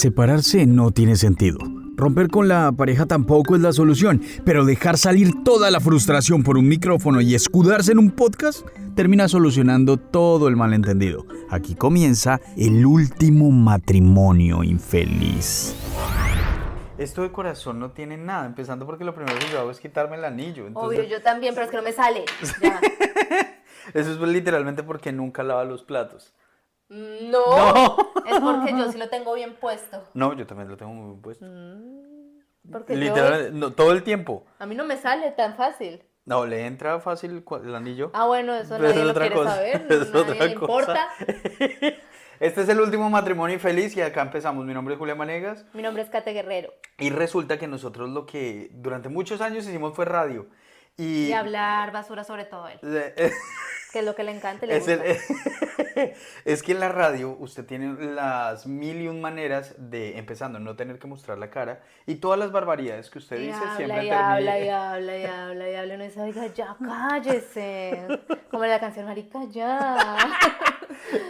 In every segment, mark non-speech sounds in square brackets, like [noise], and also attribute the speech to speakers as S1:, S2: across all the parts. S1: Separarse no tiene sentido. Romper con la pareja tampoco es la solución, pero dejar salir toda la frustración por un micrófono y escudarse en un podcast termina solucionando todo el malentendido. Aquí comienza el último matrimonio infeliz.
S2: Esto de corazón no tiene nada, empezando porque lo primero que yo hago es quitarme el anillo.
S3: Obvio,
S2: entonces-
S3: yo también, pero es que no me
S2: [laughs]
S3: sale. Ya.
S2: Eso es literalmente porque nunca lava los platos.
S3: No,
S2: No.
S3: es porque yo sí lo tengo bien puesto.
S2: No, yo también lo tengo muy bien puesto.
S3: Porque yo-
S2: Literalmente, no, todo el tiempo.
S3: a mí no me sale tan fácil.
S2: No, le entra fácil cua- el anillo.
S3: Ah, bueno, eso
S2: Pero
S3: nadie
S2: es
S3: lo
S2: otra
S3: quiere
S2: cosa,
S3: saber,
S2: [laughs] es
S3: nadie
S2: otra
S3: le
S2: cosa.
S3: importa.
S2: Este es el último matrimonio infeliz y acá empezamos. Mi nombre es Julia Manegas
S3: Mi nombre es Kate Guerrero.
S2: y resulta que nosotros lo que durante muchos años hicimos fue radio. Y,
S3: Y hablar basura sobre todo a él, [laughs]
S2: Le-
S3: que es lo que le encanta y le
S2: Es, el-
S3: gusta.
S2: [laughs] es que en la radio usted tiene las mil y un maneras de, empezando, no tener que mostrar la cara y todas las barbaridades que usted
S3: Y
S2: dice
S3: habla
S2: siempre
S3: y
S2: termina-
S3: habla
S2: [laughs]
S3: y habla y habla y habla y uno dice, oiga, ya cállese. Como la canción Marica,
S2: [laughs]
S3: ya.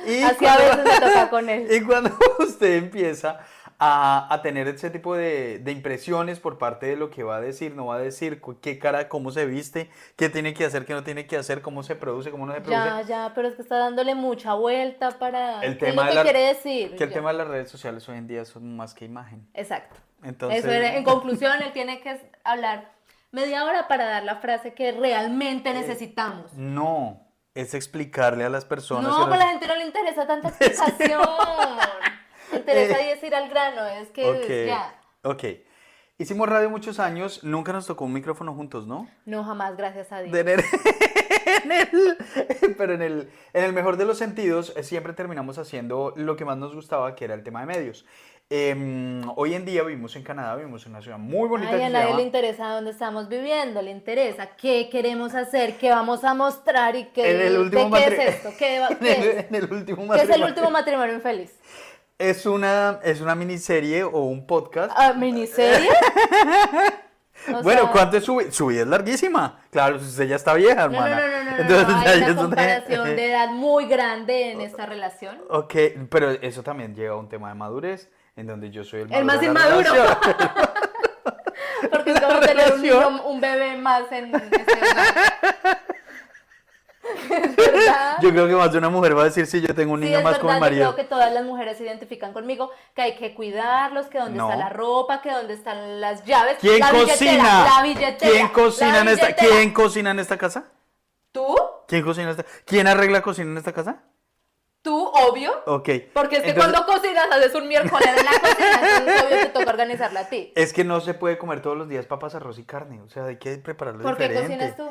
S2: Y
S3: Así a veces me toca con él.
S2: [laughs] Y cuando usted empieza a, a tener ese tipo de, de impresiones por parte de lo que va a decir, no va a decir, cu- qué cara, cómo se viste, qué tiene que hacer, qué no tiene que hacer, cómo se produce, cómo no se produce.
S3: Ya, ya, pero es que está dándole mucha vuelta para.
S2: El
S3: ¿Qué es
S2: tema
S3: lo
S2: de
S3: que
S2: la-
S3: quiere decir?
S2: Que el
S3: Ya.
S2: tema de las redes sociales hoy en día son más que imagen.
S3: Exacto.
S2: Entonces,
S3: Eso era- en conclusión, él tiene que hablar media hora para dar la frase que
S2: Eh,
S3: realmente necesitamos.
S2: no, es explicarle a las personas.
S3: No,
S2: y a
S3: pero a
S2: las-
S3: la gente no le interesa
S2: [laughs]
S3: tanta explicación. Le interesa decir al grano, es que
S2: Eh, Ok,
S3: ya.
S2: ok. Hicimos radio muchos años, nunca nos tocó un micrófono juntos, ¿no?
S3: No, jamás, gracias a Dios.
S2: De- en el- [laughs] en el- pero en el, en el mejor de los sentidos, eh, siempre terminamos haciendo lo que más nos gustaba, que era el tema de medios. Em, hoy en día vivimos en Canadá, vivimos en una ciudad muy bonita
S3: Ay,
S2: que
S3: a
S2: se
S3: nadie le
S2: llama-
S3: interesa dónde estamos viviendo, le interesa qué queremos hacer, qué vamos a mostrar y qué,
S2: en el último
S3: de qué
S2: matri-
S3: es esto, qué, va-
S2: [laughs] en
S3: qué
S2: el-
S3: es.
S2: en el último
S3: ¿Qué es el
S2: matrimonio.
S3: último matrimonio infeliz?
S2: Es una, es una miniserie o un podcast.
S3: Ah,
S2: [laughs]
S3: ¿Miniserie? Ah, O
S2: bueno,
S3: sea,
S2: ¿cuánto es su vida? Su vida es larguísima. Claro, si usted ya está vieja,
S3: No, no,
S2: hermana.
S3: no, no, no, no,
S2: Entonces,
S3: no,
S2: ya
S3: hay
S2: es
S3: una
S2: donde-
S3: comparación de edad muy grande en esta relación.
S2: [laughs] Ok, pero eso también lleva a un tema de madurez, en donde yo soy el,
S3: El más
S2: de la
S3: inmaduro.
S2: relación.
S3: Porque es como tener un,
S2: relación.
S3: niño- un bebé más en esta edad. Es verdad.
S2: [laughs] Yo creo que más de una mujer va a decir si yo tengo
S3: [laughs]
S2: un
S3: Sí,
S2: niño
S3: es
S2: más con mi
S3: verdad, yo
S2: marido.
S3: creo que todas las mujeres se identifican conmigo, que hay que cuidarlos, que dónde
S2: No.
S3: está la ropa, que dónde están las llaves.
S2: ¿Quién
S3: la
S2: cocina?
S3: Billetera, la billetera.
S2: ¿Quién cocina
S3: la
S2: en esta?
S3: billetera.
S2: ¿Quién cocina en esta casa?
S3: ¿Tú?
S2: ¿Quién cocina en esta? ¿Quién arregla cocina en esta casa?
S3: ¿Tú, obvio?
S2: Ok.
S3: Porque es que
S2: Oh. Entonces,
S3: cuando cocinas haces un miércoles en la cocina, entonces obvio te toca organizarla a ti.
S2: es que no se puede comer todos los días papas, arroz y carne. O sea, hay que prepararlo
S3: ¿Por qué
S2: diferente.
S3: cocinas tú?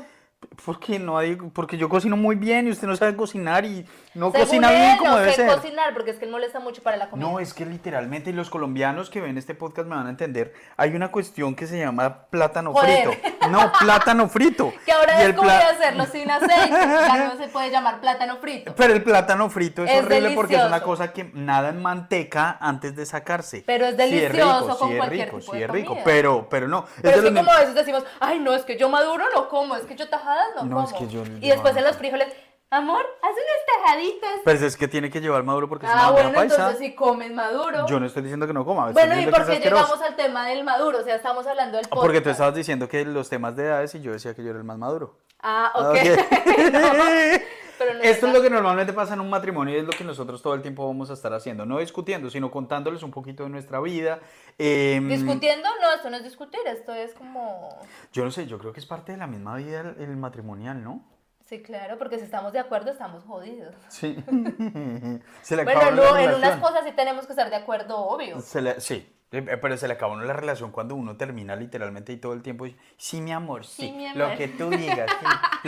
S2: Porque no hay, porque yo cocino muy bien y usted no sabe cocinar y no
S3: Según
S2: cocina
S3: él,
S2: bien
S3: no
S2: como debe
S3: sé
S2: ser.
S3: cocinar, porque es que él molesta mucho para la comida.
S2: No, es que literalmente los colombianos que ven este podcast me van a entender. Hay una cuestión que se llama plátano
S3: Joder.
S2: frito. No, plátano frito.
S3: [laughs] que ahora
S2: Y el
S3: descubrí
S2: pla-
S3: hacerlo sin aceite, ya no se puede llamar plátano frito.
S2: Pero el plátano frito es,
S3: Es
S2: horrible porque es una
S3: delicioso.
S2: cosa que nada en manteca antes de sacarse.
S3: Pero es
S2: Sí
S3: delicioso
S2: rico,
S3: con
S2: sí es
S3: cualquier
S2: rico,
S3: tipo
S2: sí
S3: de
S2: es rico,
S3: comida.
S2: pero, pero no. es de
S3: Pero
S2: los
S3: sí,
S2: mismos-
S3: como a veces decimos, ay, no, es que yo maduro no como, es que yo tajadas no,
S2: No,
S3: como.
S2: es que yo-
S3: y después
S2: no.
S3: en los frijoles, amor, haz unas tajaditas.
S2: Pero es que tiene que llevar maduro porque es una
S3: ah,
S2: bandeja
S3: bueno,
S2: paisa.
S3: entonces si comes maduro.
S2: Yo no estoy diciendo que no coma. estoy
S3: bueno, ¿y
S2: diciendo que
S3: por
S2: es
S3: qué
S2: asqueroso.
S3: llegamos al tema del maduro? O sea, estamos hablando del podcast.
S2: Ah, Porque tú estabas diciendo que los temas de edades y yo decía que yo era el más maduro.
S3: Ah, ok. [laughs]
S2: [laughs] Ok.
S3: Pero no
S2: Esto es
S3: verdad.
S2: lo que normalmente pasa en un matrimonio y es lo que nosotros todo el tiempo vamos a estar haciendo, no discutiendo, sino contándoles un poquito de nuestra vida. em,
S3: Discutiendo, no, esto no es discutir, esto es como...
S2: Yo no sé, yo creo que es parte de la misma vida el- el matrimonial, ¿no?
S3: Sí, claro, porque si estamos de acuerdo, estamos jodidos.
S2: Sí. [laughs] se le
S3: Bueno,
S2: acabó
S3: no,
S2: la
S3: en unas
S2: relación.
S3: cosas sí tenemos que estar de acuerdo, obvio.
S2: Se le- sí, eh, pero se le acabó la relación cuando uno termina literalmente y todo el tiempo. Sí, mi amor, sí.
S3: Sí, mi
S2: Lo
S3: amor".
S2: que tú digas, sí.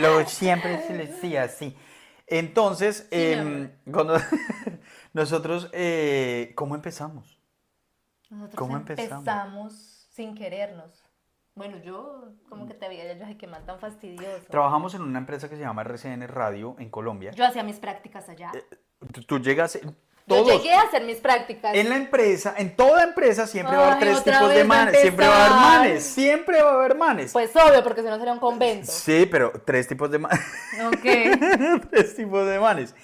S3: [laughs]
S2: Lo siempre se le decía así. Entonces,
S3: mi
S2: em, cuando [laughs] nosotros, eh, ¿cómo empezamos?
S3: Nosotros
S2: ¿Cómo empezamos?
S3: empezamos? sin querernos. Bueno, yo como que te veía, yo dije que man tan fastidioso.
S2: Trabajamos en una empresa que se llama RCN Radio en Colombia.
S3: yo hacía mis prácticas allá.
S2: Tú, tú llegas,
S3: Yo
S2: Eh, todos,
S3: llegué a hacer mis prácticas.
S2: En la empresa, en toda empresa siempre va a haber
S3: Ay,
S2: tres
S3: otra
S2: tipos de
S3: vez va a
S2: manes. Siempre va a haber
S3: empezar.
S2: manes. Siempre va a haber manes.
S3: Pues obvio, porque si no sería un convento.
S2: sí, [laughs] pero [laughs] tres tipos de manes.
S3: Ok.
S2: tres tipos de manes.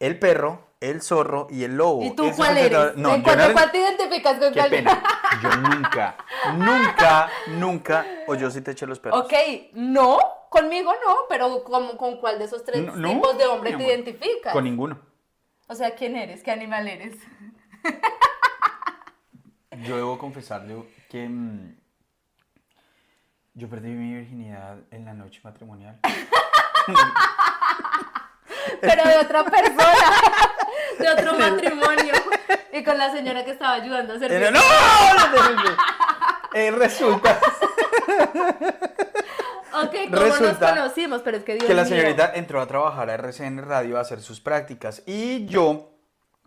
S2: El perro, el zorro y el lobo.
S3: ¿Y tú
S2: Ese
S3: cuál
S2: concentrado-
S3: eres?
S2: No,
S3: ¿En
S2: yo no
S3: cuanto
S2: era-
S3: cuál te identificas con
S2: Qué
S3: cuál?
S2: pena. Yo nunca, nunca, nunca, o yo sí te eché los perros.
S3: [laughs] Ok, no, conmigo no, pero ¿con, con cuál de esos tres
S2: No, no,
S3: tipos de hombre
S2: mi
S3: te
S2: amor.
S3: identificas?
S2: Con ninguno.
S3: O sea, ¿quién eres? ¿Qué animal eres?
S2: Yo debo confesarle que mm, yo perdí mi virginidad en la noche matrimonial.
S3: Pero de otra persona, [laughs] de otro matrimonio. Y con la señora que estaba ayudando a hacer
S2: Era- ¡No! ¡No te dije! Eh, resulta
S3: Ok, ¿cómo nos
S2: Resulta
S3: conocimos? Pero es que Dios
S2: que la
S3: mío.
S2: señorita entró a trabajar a RCN Radio a hacer sus prácticas y yo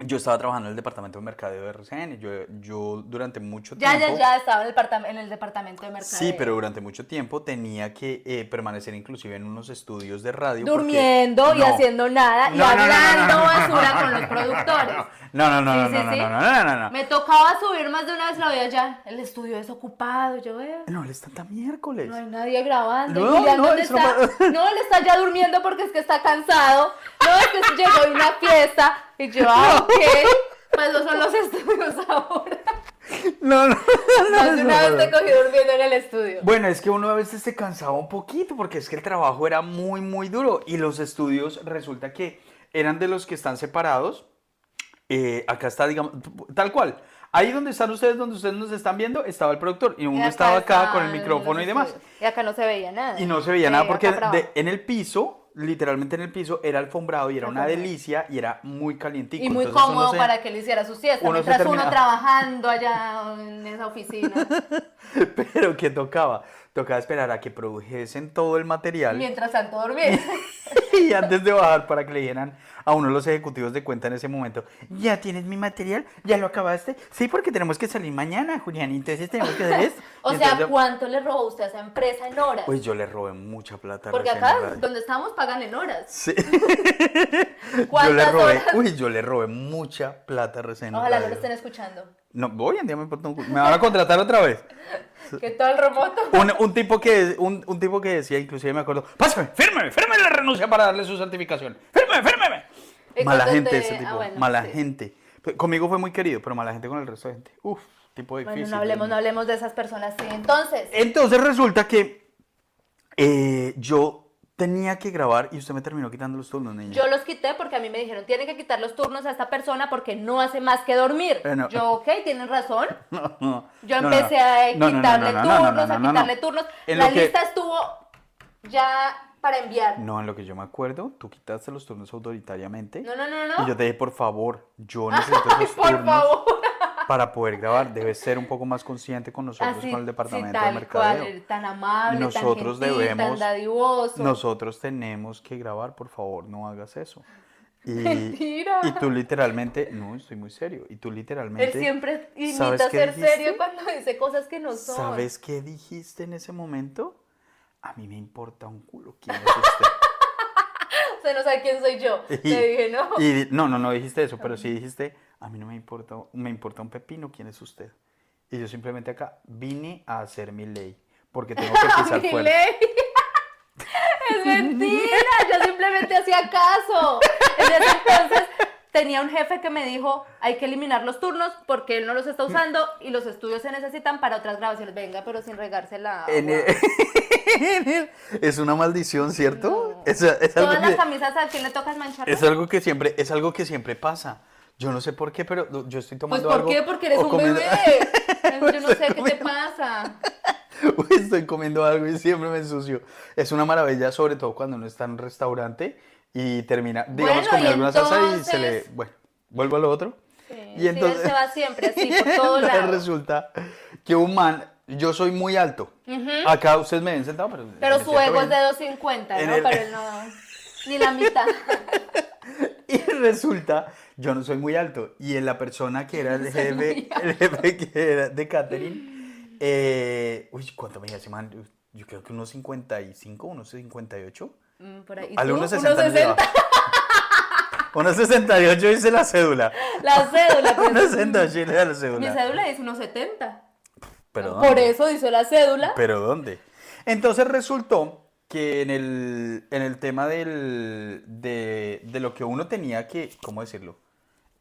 S2: yo estaba trabajando en el departamento de mercadeo de RCN. Yo, yo durante mucho
S3: Ya, ya,
S2: tiempo
S3: ya, estaba en el, partam- en el departamento de mercadeo.
S2: Sí, pero durante mucho tiempo tenía que eh, permanecer inclusive en unos estudios de radio. porque-
S3: Durmiendo y
S2: No.
S3: haciendo nada y
S2: No, no, no, no,
S3: hablando
S2: no, no,
S3: basura
S2: no,
S3: con
S2: no,
S3: los
S2: no, no,
S3: productores.
S2: No, no, no, no,
S3: Sí,
S2: no,
S3: sí,
S2: no,
S3: sí.
S2: no, no, no, no, no.
S3: Me tocaba subir más de una vez la vida ya. El estudio desocupado, yo veo.
S2: No, él está tan miércoles.
S3: No hay nadie grabando.
S2: No,
S3: No, Julián,
S2: no,
S3: ¿dónde
S2: eso
S3: está?
S2: no-
S3: No, él está ya durmiendo porque es que está cansado. No, es que llegó de una fiesta. Y yo, ah, ok. Pues no son los estudios ahora.
S2: No, no, no,
S3: Más de
S2: no,
S3: una
S2: no.
S3: vez te cogí durmiendo en el estudio.
S2: Bueno, es que uno a veces se cansaba un poquito porque es que el trabajo era muy, muy duro y los estudios resulta que eran de los que están separados. Eh, acá está, digamos, tal cual. Ahí donde están ustedes, donde ustedes nos están viendo, estaba el productor y uno
S3: Y acá
S2: estaba acá con el
S3: están
S2: micrófono y
S3: los
S2: demás.
S3: estudios. Y acá no se veía nada.
S2: Y no se veía
S3: Sí,
S2: nada
S3: acá
S2: porque
S3: para
S2: de-
S3: abajo.
S2: en el piso, literalmente en el piso, era alfombrado y era una
S3: Alfombrado.
S2: delicia y era muy calientico.
S3: Y muy
S2: Entonces uno
S3: cómodo
S2: se-
S3: para que él hiciera su siesta,
S2: uno se
S3: mientras uno
S2: termina-
S3: trabajando allá en esa oficina,
S2: [laughs] [laughs] Pero que tocaba, tocaba esperar a que produjesen todo el material
S3: mientras tanto
S2: [laughs]
S3: dormía.
S2: y antes de bajar para que le dijeran a uno de los ejecutivos de cuenta en ese momento, ya tienes mi material, ya lo acabaste, sí, porque tenemos que salir mañana, Julián, entonces tenemos que hacer esto.
S3: [laughs] O
S2: Y
S3: sea,
S2: entonces-
S3: ¿cuánto le robó usted a esa empresa en horas?
S2: pues yo le robé mucha plata. a
S3: Porque
S2: RCN
S3: acá
S2: Radio.
S3: donde estamos pagan en horas. [laughs]
S2: Sí. [laughs] yo le
S3: ¿Cuántas
S2: robé,
S3: horas?
S2: uy, yo le robé mucha plata recién.
S3: Ojalá no lo estén escuchando.
S2: No, hoy en día me importa un cu- Me van a contratar otra vez.
S3: Que todo el
S2: [laughs]
S3: remoto.
S2: Un, un tipo, que, un, un tipo que decía, inclusive me acuerdo, pásame, fírmeme, fírmeme la renuncia para darle su santificación. Fírmeme, fírmeme.
S3: Y
S2: Mala
S3: cuando
S2: gente
S3: te-
S2: ese tipo,
S3: ah, bueno,
S2: mala
S3: sí.
S2: gente. Pero Conmigo fue muy querido, pero mala gente con el resto de gente. Uf, tipo
S3: Bueno,
S2: difícil.
S3: no
S2: Dios
S3: hablemos,
S2: mío.
S3: no hablemos de esas personas. Sí, entonces,
S2: Entonces resulta que eh, yo tenía que grabar y usted me terminó quitando los turnos, niña.
S3: yo los quité porque a mí me dijeron, tienen que quitar los turnos a esta persona porque no hace más que dormir.
S2: Eh, no.
S3: Yo, ok, tienen razón.
S2: [laughs] No, no,
S3: Yo
S2: no, no.
S3: empecé a
S2: No, no, no,
S3: quitarle
S2: no, no, no,
S3: turnos,
S2: no, no,
S3: a
S2: no, no.
S3: quitarle turnos.
S2: En
S3: La
S2: lo que-
S3: lista estuvo ya para enviar.
S2: No, en lo que yo me acuerdo, tú quitaste los turnos autoritariamente.
S3: No, no, no, no.
S2: Y yo te dije, por favor,
S3: [laughs]
S2: yo necesito
S3: Ay,
S2: esos
S3: por
S2: turnos
S3: favor.
S2: para poder grabar. Debes ser un poco más consciente con nosotros,
S3: Así,
S2: con el
S3: sí,
S2: departamento de
S3: tal
S2: mercadeo.
S3: cual, tan amable,
S2: Nosotros
S3: tan gentil,
S2: debemos-
S3: tan dadivoso.
S2: Nosotros tenemos que grabar, por favor, no hagas eso. Y,
S3: Mentira.
S2: Y tú literalmente, no, estoy muy serio. Y tú literalmente.
S3: Él siempre
S2: ¿sabes
S3: imita
S2: qué
S3: ser
S2: dijiste?
S3: serio cuando dice cosas que no son. [laughs]
S2: ¿Sabes qué dijiste en ese momento? A mí me importa un culo quién es usted.
S3: O sea, no sabe quién soy yo.
S2: [laughs] Y-
S3: [laughs] Te dije, no. Ah.
S2: y di- no, no, no dijiste eso, pero sí dijiste, a mí no me importa, me importa un pepino quién es usted. Y yo simplemente acá vine a hacer mi ley, porque tengo
S3: [laughs]
S2: que pisar
S3: Mi
S2: fuerte.
S3: ley. [laughs] es mentira, yo simplemente hacía caso. En ese entonces tenía un jefe que me dijo, hay que eliminar los turnos porque él no los está usando y los estudios se necesitan para otras grabaciones. Venga, pero sin regarse la...
S2: En e-
S3: agua.
S2: el- en el- [laughs] es una maldición, ¿cierto?
S3: No.
S2: Es, es algo
S3: Todas las
S2: que,
S3: camisas a quién le tocas manchar.
S2: es algo que siempre, es algo que siempre pasa. Yo no sé por qué, pero yo estoy
S3: Pues
S2: tomando
S3: ¿por
S2: algo
S3: qué? Porque eres
S2: o
S3: un
S2: comiendo- [laughs]
S3: bebé. Yo no
S2: estoy
S3: sé qué te
S2: comiendo-
S3: pasa.
S2: o Pues, estoy comiendo algo y siempre me ensucio. Es una maravilla, sobre todo cuando uno está en un restaurante y termina, digamos,
S3: Bueno,
S2: comiendo
S3: y
S2: alguna salsa y se le...
S3: entonces-
S2: Bueno, vuelvo a lo otro.
S3: Sí, sí, él se va siempre así
S2: [laughs]
S3: por todos
S2: Entonces
S3: lados.
S2: resulta que un man, yo soy muy alto. Acá ustedes me ven sentado, pero...
S3: Pero
S2: me
S3: su
S2: siento
S3: ego es
S2: bien.
S3: de 250,
S2: En
S3: ¿no?
S2: el-
S3: Pero él no. Ni la mitad.
S2: [laughs] Y resulta, yo no soy muy alto. Y en la persona que era el jefe, el jefe que era de catering, eh, uy, ¿cuánto me ese man? Yo creo que unos 55, unos 58.
S3: Mm, Por ahí. ¿Y
S2: Al
S3: tú?
S2: 1,60 me
S3: 1,60.
S2: llevaba. [laughs] 1,68 hice la
S3: [laughs]
S2: cédula.
S3: La
S2: [laughs]
S3: cédula. pues.
S2: 1,68 hice la
S3: Mi
S2: cédula.
S3: cédula dice 1,70.
S2: ¿Pero
S3: Por
S2: dónde?
S3: eso dice la cédula.
S2: ¿Pero dónde? Entonces resultó que en el, en el tema del, de, de lo que uno tenía que, ¿cómo decirlo?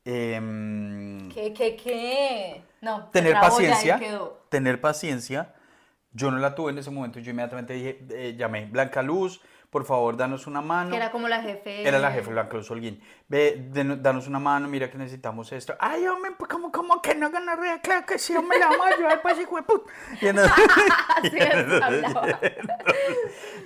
S2: em,
S3: ¿Qué, qué, qué? No. se
S2: tener
S3: trabó,
S2: paciencia,
S3: Ya ahí quedó.
S2: tener paciencia. Yo no la tuve en ese momento, yo inmediatamente dije, eh, llamé, Blanca Luz, por favor, danos una mano.
S3: Que era como la jefe.
S2: Era la
S3: [laughs]
S2: jefe Blanca Luz Holguín. Ve, den- danos una mano, mira que necesitamos esto. Ay, hombre, pues como, como que no ganaría, claro que sí, hombre, la vamos a ayudar para ese hijo de puta.
S3: [laughs]
S2: Y entonces- [laughs]
S3: Así Ah, es, hablaba.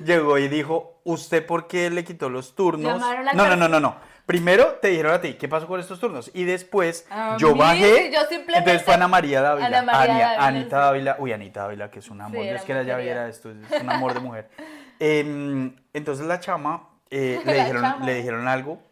S2: Llegó y dijo, ¿usted por qué le quitó los turnos?
S3: Llamaron a la
S2: No, no, no,
S3: cárcel.
S2: no, no. Primero te dijeron a ti, ¿qué pasó con estos turnos? Y después
S3: A
S2: yo
S3: mí,
S2: bajé.
S3: Ah, yo simplemente-
S2: Entonces fue Ana María Dávila.
S3: Ana María
S2: Ani-
S3: Dávila,
S2: Anita
S3: sí.
S2: Dávila. Uy, Anita Dávila, que es un amor.
S3: Sí,
S2: yo
S3: era
S2: es que la
S3: muy
S2: ya
S3: querida.
S2: viera esto, es un amor de mujer.
S3: [laughs]
S2: Em, entonces la chama, eh, le,
S3: La
S2: dijeron,
S3: chama.
S2: le dijeron algo.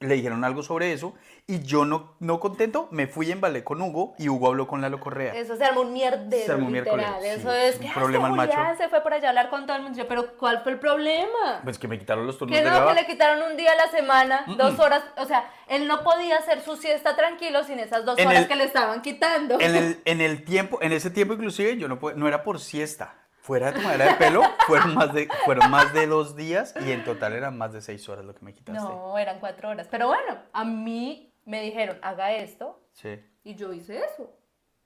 S2: Le dijeron algo sobre eso y yo no, no contento, me fui en balé con Hugo y Hugo habló con Lalo Correa.
S3: Eso se armó un mierdero,
S2: Se armó un
S3: literal.
S2: mierdolero, sí,
S3: Eso es
S2: un
S3: que
S2: problema
S3: problema
S2: al
S3: Julián
S2: macho.
S3: se fue por allá a hablar con todo el mundo. Yo, pero ¿cuál fue el problema?
S2: Pues que me quitaron los turnos
S3: que
S2: de
S3: no, que
S2: grabar.
S3: le quitaron un día a la semana, dos horas. O sea, él no podía hacer su siesta tranquilo sin esas dos
S2: En
S3: horas
S2: el-
S3: que le estaban quitando. [laughs]
S2: En el, en el tiempo, en ese tiempo inclusive yo no pude, no era por siesta. Fuera de tu madera de
S3: [laughs]
S2: pelo, fueron más de, fueron más de dos días y en total eran más de seis horas lo que me quitaste.
S3: No, eran cuatro horas. Pero bueno, a mí me dijeron, haga esto,
S2: Sí.
S3: y yo hice eso.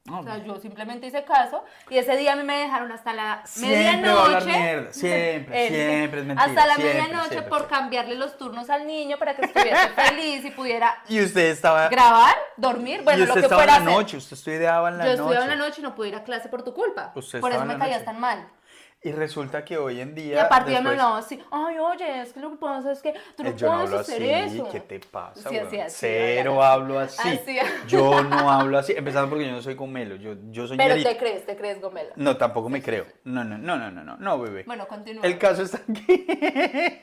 S2: No,
S3: O sea, yo simplemente hice caso y ese día a mí me dejaron hasta la
S2: Siempre va a hablar
S3: medianoche. [laughs]
S2: mierda, siempre, siempre es mentira,
S3: Hasta la
S2: siempre,
S3: medianoche
S2: siempre,
S3: por
S2: siempre.
S3: cambiarle los turnos al niño para que estuviese [laughs] feliz y pudiera
S2: Y usted estaba.
S3: grabar, dormir,
S2: y
S3: bueno,
S2: usted
S3: lo que
S2: estaba en
S3: fuera
S2: la
S3: hacer.
S2: noche, usted estudiaba en la
S3: yo
S2: noche.
S3: estudiaba en la noche y no pude ir a clase por tu culpa.
S2: Usted
S3: por
S2: estaba
S3: eso
S2: en la
S3: me caías
S2: noche.
S3: tan mal.
S2: Y resulta que hoy en día.
S3: Y a partir de me
S2: después-
S3: hablaba así, ay, oye, es que lo que pasa es que tú no
S2: Eh, yo no
S3: puedes
S2: hablo
S3: hacer
S2: así,
S3: eso.
S2: ¿qué te pasa?
S3: Sí,
S2: weón?
S3: así, así,
S2: Cero
S3: habla.
S2: hablo así.
S3: Así.
S2: Yo no hablo así. Empezando porque yo no soy gomelo, yo, yo soy
S3: Pero
S2: ñerito.
S3: te crees, te crees, Gomelo.
S2: No, tampoco me creo. No, no, no, no, no, no, no, bebé.
S3: Bueno, continúa.
S2: El caso está aquí. [laughs]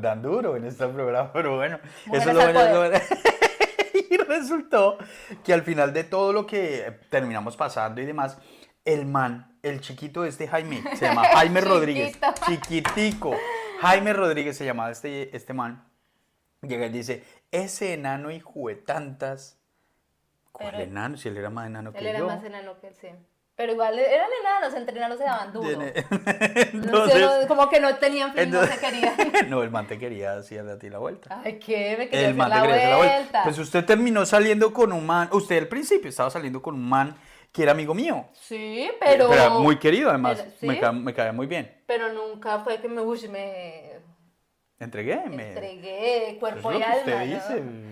S2: Tan duro en este programa, pero bueno.
S3: Mujeres
S2: eso es lo
S3: al
S2: bueno. eso es lo bueno. [laughs] y resultó que al final de todo lo que eh, terminamos pasando y demás, el man, el chiquito de este Jaime,
S3: [laughs]
S2: se llama Jaime Rodríguez.
S3: Chiquito.
S2: Chiquitico. Jaime Rodríguez se llamaba este, este man. Llega y dice, ese enano hijo de tantas. ¿Cuál
S3: Pero-
S2: enano? Si él era más enano que
S3: Él era
S2: yo.
S3: más enano que él, sí. Pero igual eran enanos, entre enanos se daban duro.
S2: [laughs]
S3: No sé,
S2: Entonces,
S3: no- como que no tenían fin, no se
S2: entonces-
S3: querían.
S2: [laughs] no, el man te quería hacer a ti la vuelta.
S3: Ay, ¿qué? Me quería
S2: el
S3: hacer
S2: man
S3: la,
S2: te quería hacer la vuelta.
S3: vuelta.
S2: Pues usted terminó saliendo con un man. Usted al principio estaba saliendo con un man que era amigo mío.
S3: Sí, pero...
S2: Eh, era muy querido, además.
S3: Era- ¿sí?
S2: me, ca- me caía muy bien.
S3: Pero nunca fue que me, uy, me
S2: Entregué, me.
S3: entregué
S2: Eso es
S3: cuerpo
S2: lo
S3: y
S2: que
S3: alma.
S2: usted
S3: ¿no?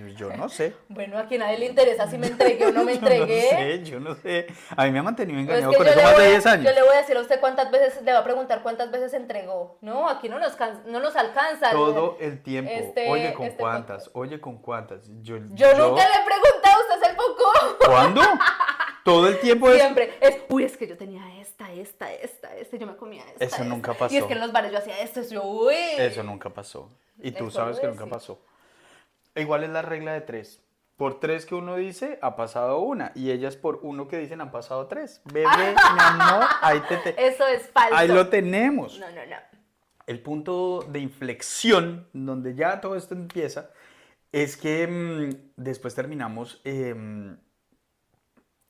S2: dice. Yo
S3: [laughs]
S2: no sé.
S3: Bueno, a quien a él le interesa si me entregué o no me
S2: [laughs] Yo no
S3: entregué.
S2: sé, yo no sé. A mí me ha mantenido
S3: Pero es
S2: engañado
S3: que
S2: con
S3: yo
S2: eso
S3: le
S2: más de
S3: voy a-
S2: 10 años.
S3: Yo le voy a decir a usted cuántas veces, le va a preguntar cuántas veces se entregó. No, aquí no nos, can- no nos alcanza. el-
S2: Todo el tiempo.
S3: Este-
S2: oye, con
S3: este
S2: cuántas. Oye, con cuántas. Yo,
S3: Yo, nunca le he preguntado, usted se enfocó. [laughs]
S2: ¿Cuándo? Todo el tiempo es.
S3: Siempre es, uy, es que yo tenía esta, esta, esta, esta, yo me comía esta.
S2: Eso
S3: esta".
S2: nunca
S3: Y es
S2: pasó.
S3: que en los bares yo hacía esto, y yo, uy.
S2: Eso nunca pasó. Y tú
S3: Eso
S2: sabes que
S3: es,
S2: nunca
S3: sí.
S2: pasó. Igual es la regla de tres. Por tres que uno dice, ha pasado una. Y ellas por uno que dicen, han pasado tres. Bebé,
S3: [laughs]
S2: mi amor, ahí, te, te-
S3: Eso es falso.
S2: ahí lo tenemos.
S3: No, no, no.
S2: El punto de inflexión, donde ya todo esto empieza, es que mm, después terminamos em,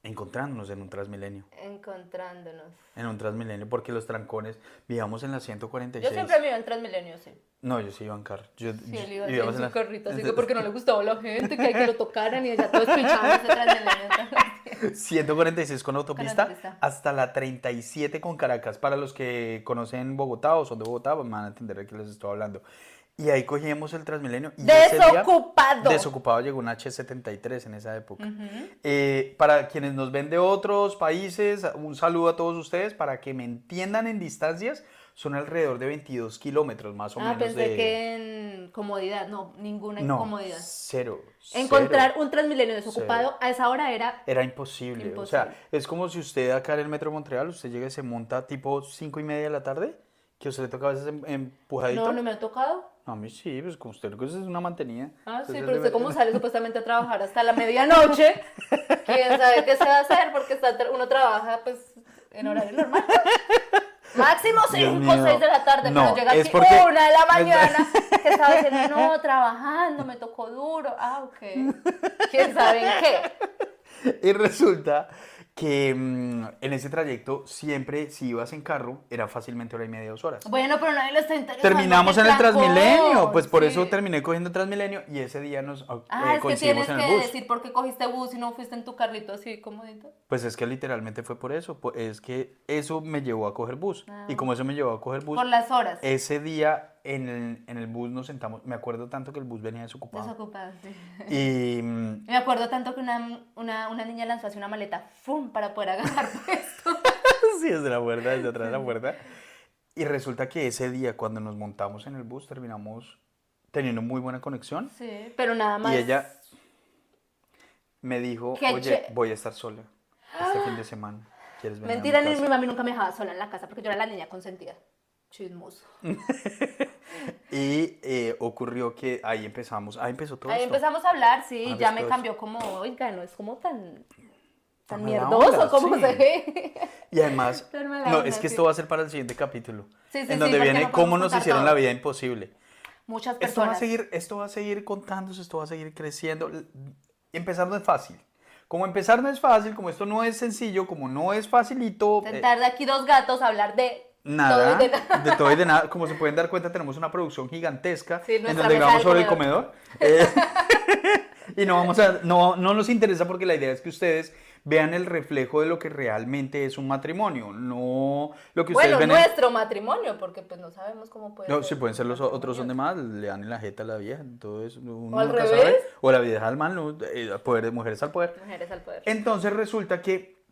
S2: encontrándonos en un Transmilenio.
S3: Encontrándonos.
S2: En un Transmilenio, porque los trancones, vivíamos en la 146.
S3: Yo siempre me iba en Transmilenio, sí.
S2: No, yo sí iba en carro. Yo,
S3: Sí,
S2: yo-
S3: él iba
S2: y
S3: así
S2: íbamos
S3: en
S2: en
S3: su
S2: la-
S3: carrito, así que
S2: entonces-
S3: porque no le gustaba la gente, que hay que lo tocaran y ella todo escuchaba ese Transmilenio. entonces,
S2: [laughs] 146 con autopista,
S3: autopista.
S2: hasta la 37 con Caracas. Para los que conocen Bogotá o son de Bogotá, pues, van a entender de qué les estoy hablando. Y ahí cogíamos el Transmilenio. Y ese día-
S3: Desocupado.
S2: desocupado llegó un H73 en esa época. Eh, para quienes nos ven de otros países, un saludo a todos ustedes. Para que me entiendan en distancias, son alrededor de 22 kilómetros más o
S3: Ah,
S2: menos.
S3: pensé
S2: de...
S3: que en comodidad, no, ninguna
S2: No,
S3: incomodidad.
S2: cero. cero.
S3: Encontrar un Transmilenio desocupado a esa hora era
S2: Era imposible. O sea, es como si usted acá en el Metro de Montreal, usted llega y se monta tipo 5 y media de la tarde, que usted le toca a veces em- empujadito.
S3: No, no me ha tocado.
S2: No, a mí sí, pues como usted lo que es es una mantenida.
S3: Ah, sí,
S2: Entonces,
S3: pero usted
S2: debe- [laughs]
S3: cómo sale supuestamente a trabajar hasta la medianoche. ¿Quién sabe qué se va a hacer? Porque está tra- uno trabaja pues en horario normal. Máximo
S2: Dios
S3: 5
S2: mío.
S3: o 6 de la tarde,
S2: No,
S3: pero llega
S2: es
S3: aquí
S2: porque-
S3: una de la
S2: es- [laughs]
S3: mañana que estaba diciendo, no, trabajando, me tocó duro. Ah, ok. ¿Quién sabe en qué?
S2: Y resulta que mm, en ese trayecto siempre, si ibas en carro, era fácilmente hora y media, dos horas.
S3: Bueno, pero nadie lo está interesando.
S2: Terminamos
S3: que
S2: en el
S3: trancón,
S2: Transmilenio, pues por
S3: sí.
S2: eso terminé cogiendo Transmilenio y ese día nos oh,
S3: Ah,
S2: eh,
S3: es que
S2: coincidimos
S3: tienes
S2: en
S3: que
S2: el bus.
S3: decir por qué cogiste bus y no fuiste en tu carrito así comodito.
S2: Pues es que literalmente fue por eso, po- es que eso me llevó a coger bus
S3: Ah.
S2: y como eso me llevó a coger bus, Eh,
S3: Por las horas.
S2: ese día en el, en el bus nos sentamos, me acuerdo tanto que el bus venía desocupado
S3: Desocupado, sí.
S2: y mm, [laughs]
S3: Me acuerdo tanto que una, una, una niña lanzó así una maleta ¡fum! para poder agarrar puesto.
S2: Sí, desde la puerta, desde atrás de la puerta. Y resulta que ese día, cuando nos montamos en el bus, terminamos teniendo muy buena conexión.
S3: Sí, pero nada más.
S2: Y ella me dijo,
S3: Qué
S2: oye,
S3: ché-
S2: voy a estar sola este fin de semana. ¿Quieres venir a mi
S3: Mentira, ni
S2: casa?".
S3: mi mami nunca me dejaba sola en la casa porque yo era la niña consentida. Chismoso.
S2: Y eh, ocurrió que ahí empezamos, ahí empezó todo
S3: Ahí
S2: esto.
S3: empezamos a hablar, sí,
S2: Ah,
S3: ya me
S2: después.
S3: cambió como, oiga, no es como tan, tan
S2: Tan mala
S3: mierdoso
S2: onda,
S3: como
S2: sí.
S3: se ve. [laughs]
S2: Y además,
S3: Pero me la
S2: no,
S3: onda,
S2: es que
S3: sí.
S2: esto va a ser para el siguiente capítulo.
S3: Sí, sí, sí,
S2: en donde
S3: porque
S2: viene
S3: no
S2: cómo
S3: podemos
S2: nos
S3: contar
S2: hicieron
S3: todo.
S2: la vida imposible.
S3: Muchas
S2: Esto va, a
S3: personas.
S2: seguir, esto va a seguir contándose, esto va a seguir creciendo. L- Empezar no es fácil. Como empezar no es fácil, como esto no es sencillo, como no es facilito, eh,
S3: Sentar de aquí dos gatos a hablar de
S2: nada,
S3: todo y de nada.
S2: de todo y de nada. Como se pueden dar cuenta, tenemos una producción gigantesca
S3: Sí,
S2: en
S3: nuestra
S2: donde
S3: mesa
S2: grabamos
S3: del
S2: sobre el comedor. Eh, [laughs] y no vamos a, no, no nos interesa porque la idea es que ustedes vean el reflejo de lo que realmente es un matrimonio, no lo que ustedes
S3: Bueno,
S2: ven. en-
S3: nuestro matrimonio, porque pues no sabemos cómo puede
S2: No,
S3: ser
S2: si pueden ser los o-
S3: nuestro
S2: otros son de
S3: matrimonio.
S2: más, le dan en la jeta a la vieja, entonces uno
S3: ¿O al
S2: nunca
S3: revés?
S2: sabe. O la vieja al mal, ¿no? Eh, poder de mujeres al poder.
S3: Mujeres al poder.
S2: Entonces resulta que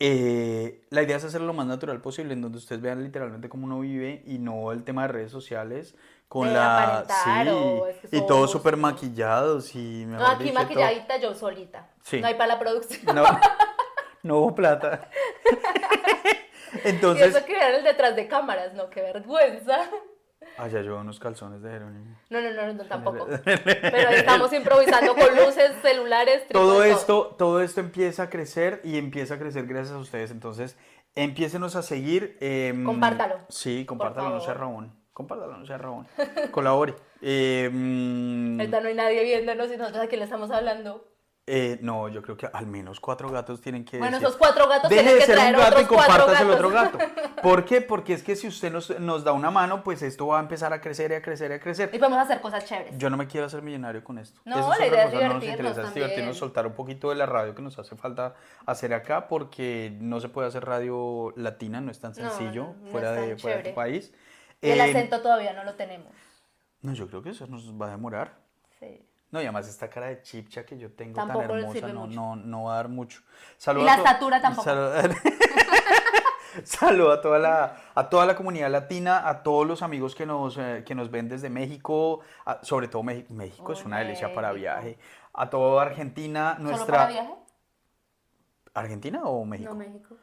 S2: eh, la idea es hacerlo lo más natural posible, en donde ustedes vean literalmente cómo uno vive y no el tema de redes sociales con
S3: De
S2: la
S3: aparentar o es que
S2: y todos
S3: somos-
S2: súper maquillados y
S3: No,
S2: mejor
S3: aquí
S2: dicho, todo.
S3: maquilladita yo solita.
S2: Sí.
S3: No hay para la producción.
S2: No, [laughs] no hubo
S3: [laughs]
S2: plata.
S3: Y
S2: Entonces,
S3: eso que era el detrás de cámaras, no, qué vergüenza.
S2: ay, ya llevo unos calzones de Jerónimo.
S3: No, no, no, no
S2: [laughs]
S3: tampoco. Pero ahí estamos improvisando con luces, celulares,
S2: todo
S3: trípodes,
S2: esto, todo esto empieza a crecer y empieza a crecer gracias a ustedes. Entonces, empiecenos a seguir. em,
S3: Compártalo.
S2: Sí, compártalo, no sea
S3: favor.
S2: rabón. Compártalo, no
S3: [laughs]
S2: sea rabón. Colabore. Em,
S3: Ahorita no hay nadie viéndonos y nosotros aquí le estamos hablando.
S2: eh, no, yo creo que al menos cuatro gatos tienen que.
S3: Bueno,
S2: decir,
S3: esos cuatro gatos
S2: Deje
S3: tienen
S2: de
S3: que
S2: ser un
S3: traer
S2: gato y
S3: otros cuatro
S2: compartas el
S3: gatos.
S2: otro gato.
S3: [laughs]
S2: ¿Por qué? Porque es que si usted nos, nos da una mano, pues esto va a empezar a crecer y a crecer y a crecer.
S3: Y vamos a hacer cosas chéveres.
S2: Yo no me quiero hacer millonario con esto.
S3: No,
S2: Eso es
S3: la
S2: otra
S3: idea es
S2: cosa, no nos
S3: divertirnos
S2: interesa, es
S3: también.
S2: divertirnos, soltar un poquito de la radio que nos hace falta hacer acá, porque no se puede hacer radio latina, no es tan
S3: No, no,
S2: sencillo,
S3: no es
S2: fuera,
S3: tan
S2: de, fuera de tu
S3: chévere.
S2: país.
S3: El
S2: Eh,
S3: acento todavía no lo tenemos.
S2: No, yo creo que eso nos va a demorar.
S3: Sí.
S2: No, y además esta cara de chipcha que yo tengo tan
S3: Tampoco le
S2: hermosa,
S3: sirve
S2: no,
S3: mucho.
S2: no, no va a dar mucho. Saludo
S3: Y la
S2: a to-
S3: estatura tampoco.
S2: Saludo, [laughs] saludo a toda la, a toda la comunidad latina, a todos los amigos que nos, eh, que nos ven desde México, a- sobre todo México. México es
S3: Uy,
S2: una delicia para
S3: México.
S2: viaje. A toda Argentina, nuestra.
S3: ¿Solo para viaje?
S2: ¿Argentina o México?
S3: No, México.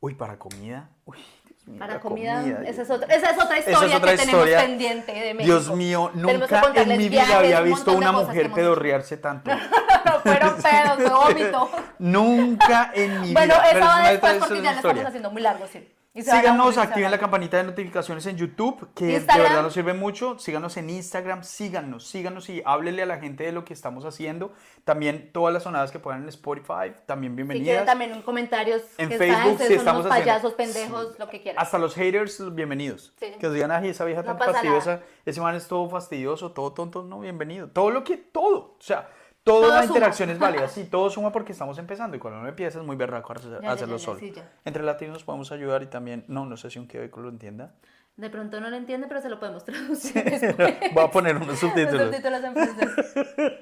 S2: Uy, para comida. Uy, Dios mío,
S3: Para
S2: la
S3: comida, esa, es
S2: Dios
S3: otra, esa es otra
S2: es
S3: historia
S2: otra
S3: que
S2: historia.
S3: tenemos pendiente de México.
S2: Dios mío,
S3: Tenemos que
S2: nunca en
S3: contarles
S2: mi
S3: viajes,
S2: vida había
S3: un
S2: visto
S3: montón de
S2: una
S3: cosas que
S2: mujer
S3: hemos hecho.
S2: pedorrearse tanto.
S3: [laughs] No fueron pedos, fue vómito.
S2: [laughs] Nunca en mi
S3: Bueno,
S2: vida. Pero
S3: esa
S2: es una-
S3: va después
S2: esa es
S3: porque
S2: una
S3: ya lo
S2: historia.
S3: estamos haciendo muy largo, sí. Y se van a
S2: Síganos,
S3: aburrir,
S2: activen
S3: se
S2: la
S3: van a-
S2: campanita de notificaciones en YouTube, que
S3: Instagram.
S2: de verdad nos sirve mucho. Síganos en Instagram, síganos, síganos y háblele a la gente de lo que estamos haciendo. También todas las sonadas que puedan en Spotify, también
S3: Si quieren
S2: bienvenidas.
S3: también un comentarios
S2: En
S3: que saben,
S2: Facebook, sí,
S3: son unos
S2: estamos haciendo-
S3: payasos, pendejos, lo que quieran.
S2: Hasta los haters, los bienvenidos.
S3: Sí.
S2: Que os digan, ay, esa vieja
S3: No
S2: tan
S3: pasa
S2: fastidiosa, ese man es todo fastidioso, todo tonto, no, bienvenido. Todo lo que, todo, o sea, toda
S3: Todo
S2: la
S3: suma.
S2: interacción
S3: [laughs]
S2: es válida. Sí, todo suma porque estamos empezando y cuando uno empieza es muy berraco hacer-
S3: ya,
S2: hacerlo
S3: ya,
S2: solo.
S3: sí, ya.
S2: Entre latinos podemos ayudar y también, no, no sé si un quebeco lo entienda.
S3: De pronto no lo entiende, pero se lo podemos traducir
S2: [laughs]
S3: después.
S2: Voy a
S3: [laughs]
S2: poner unos
S3: Los
S2: subtítulos.
S3: subtítulos en francés.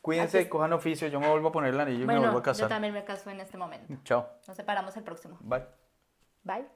S2: Cuídense, cojan oficio, [laughs] yo me vuelvo a poner el anillo y me
S3: Bueno,
S2: vuelvo a
S3: yo
S2: casar.
S3: también me caso en este momento.
S2: Chao.
S3: Nos separamos el próximo.
S2: Bye.
S3: Bye.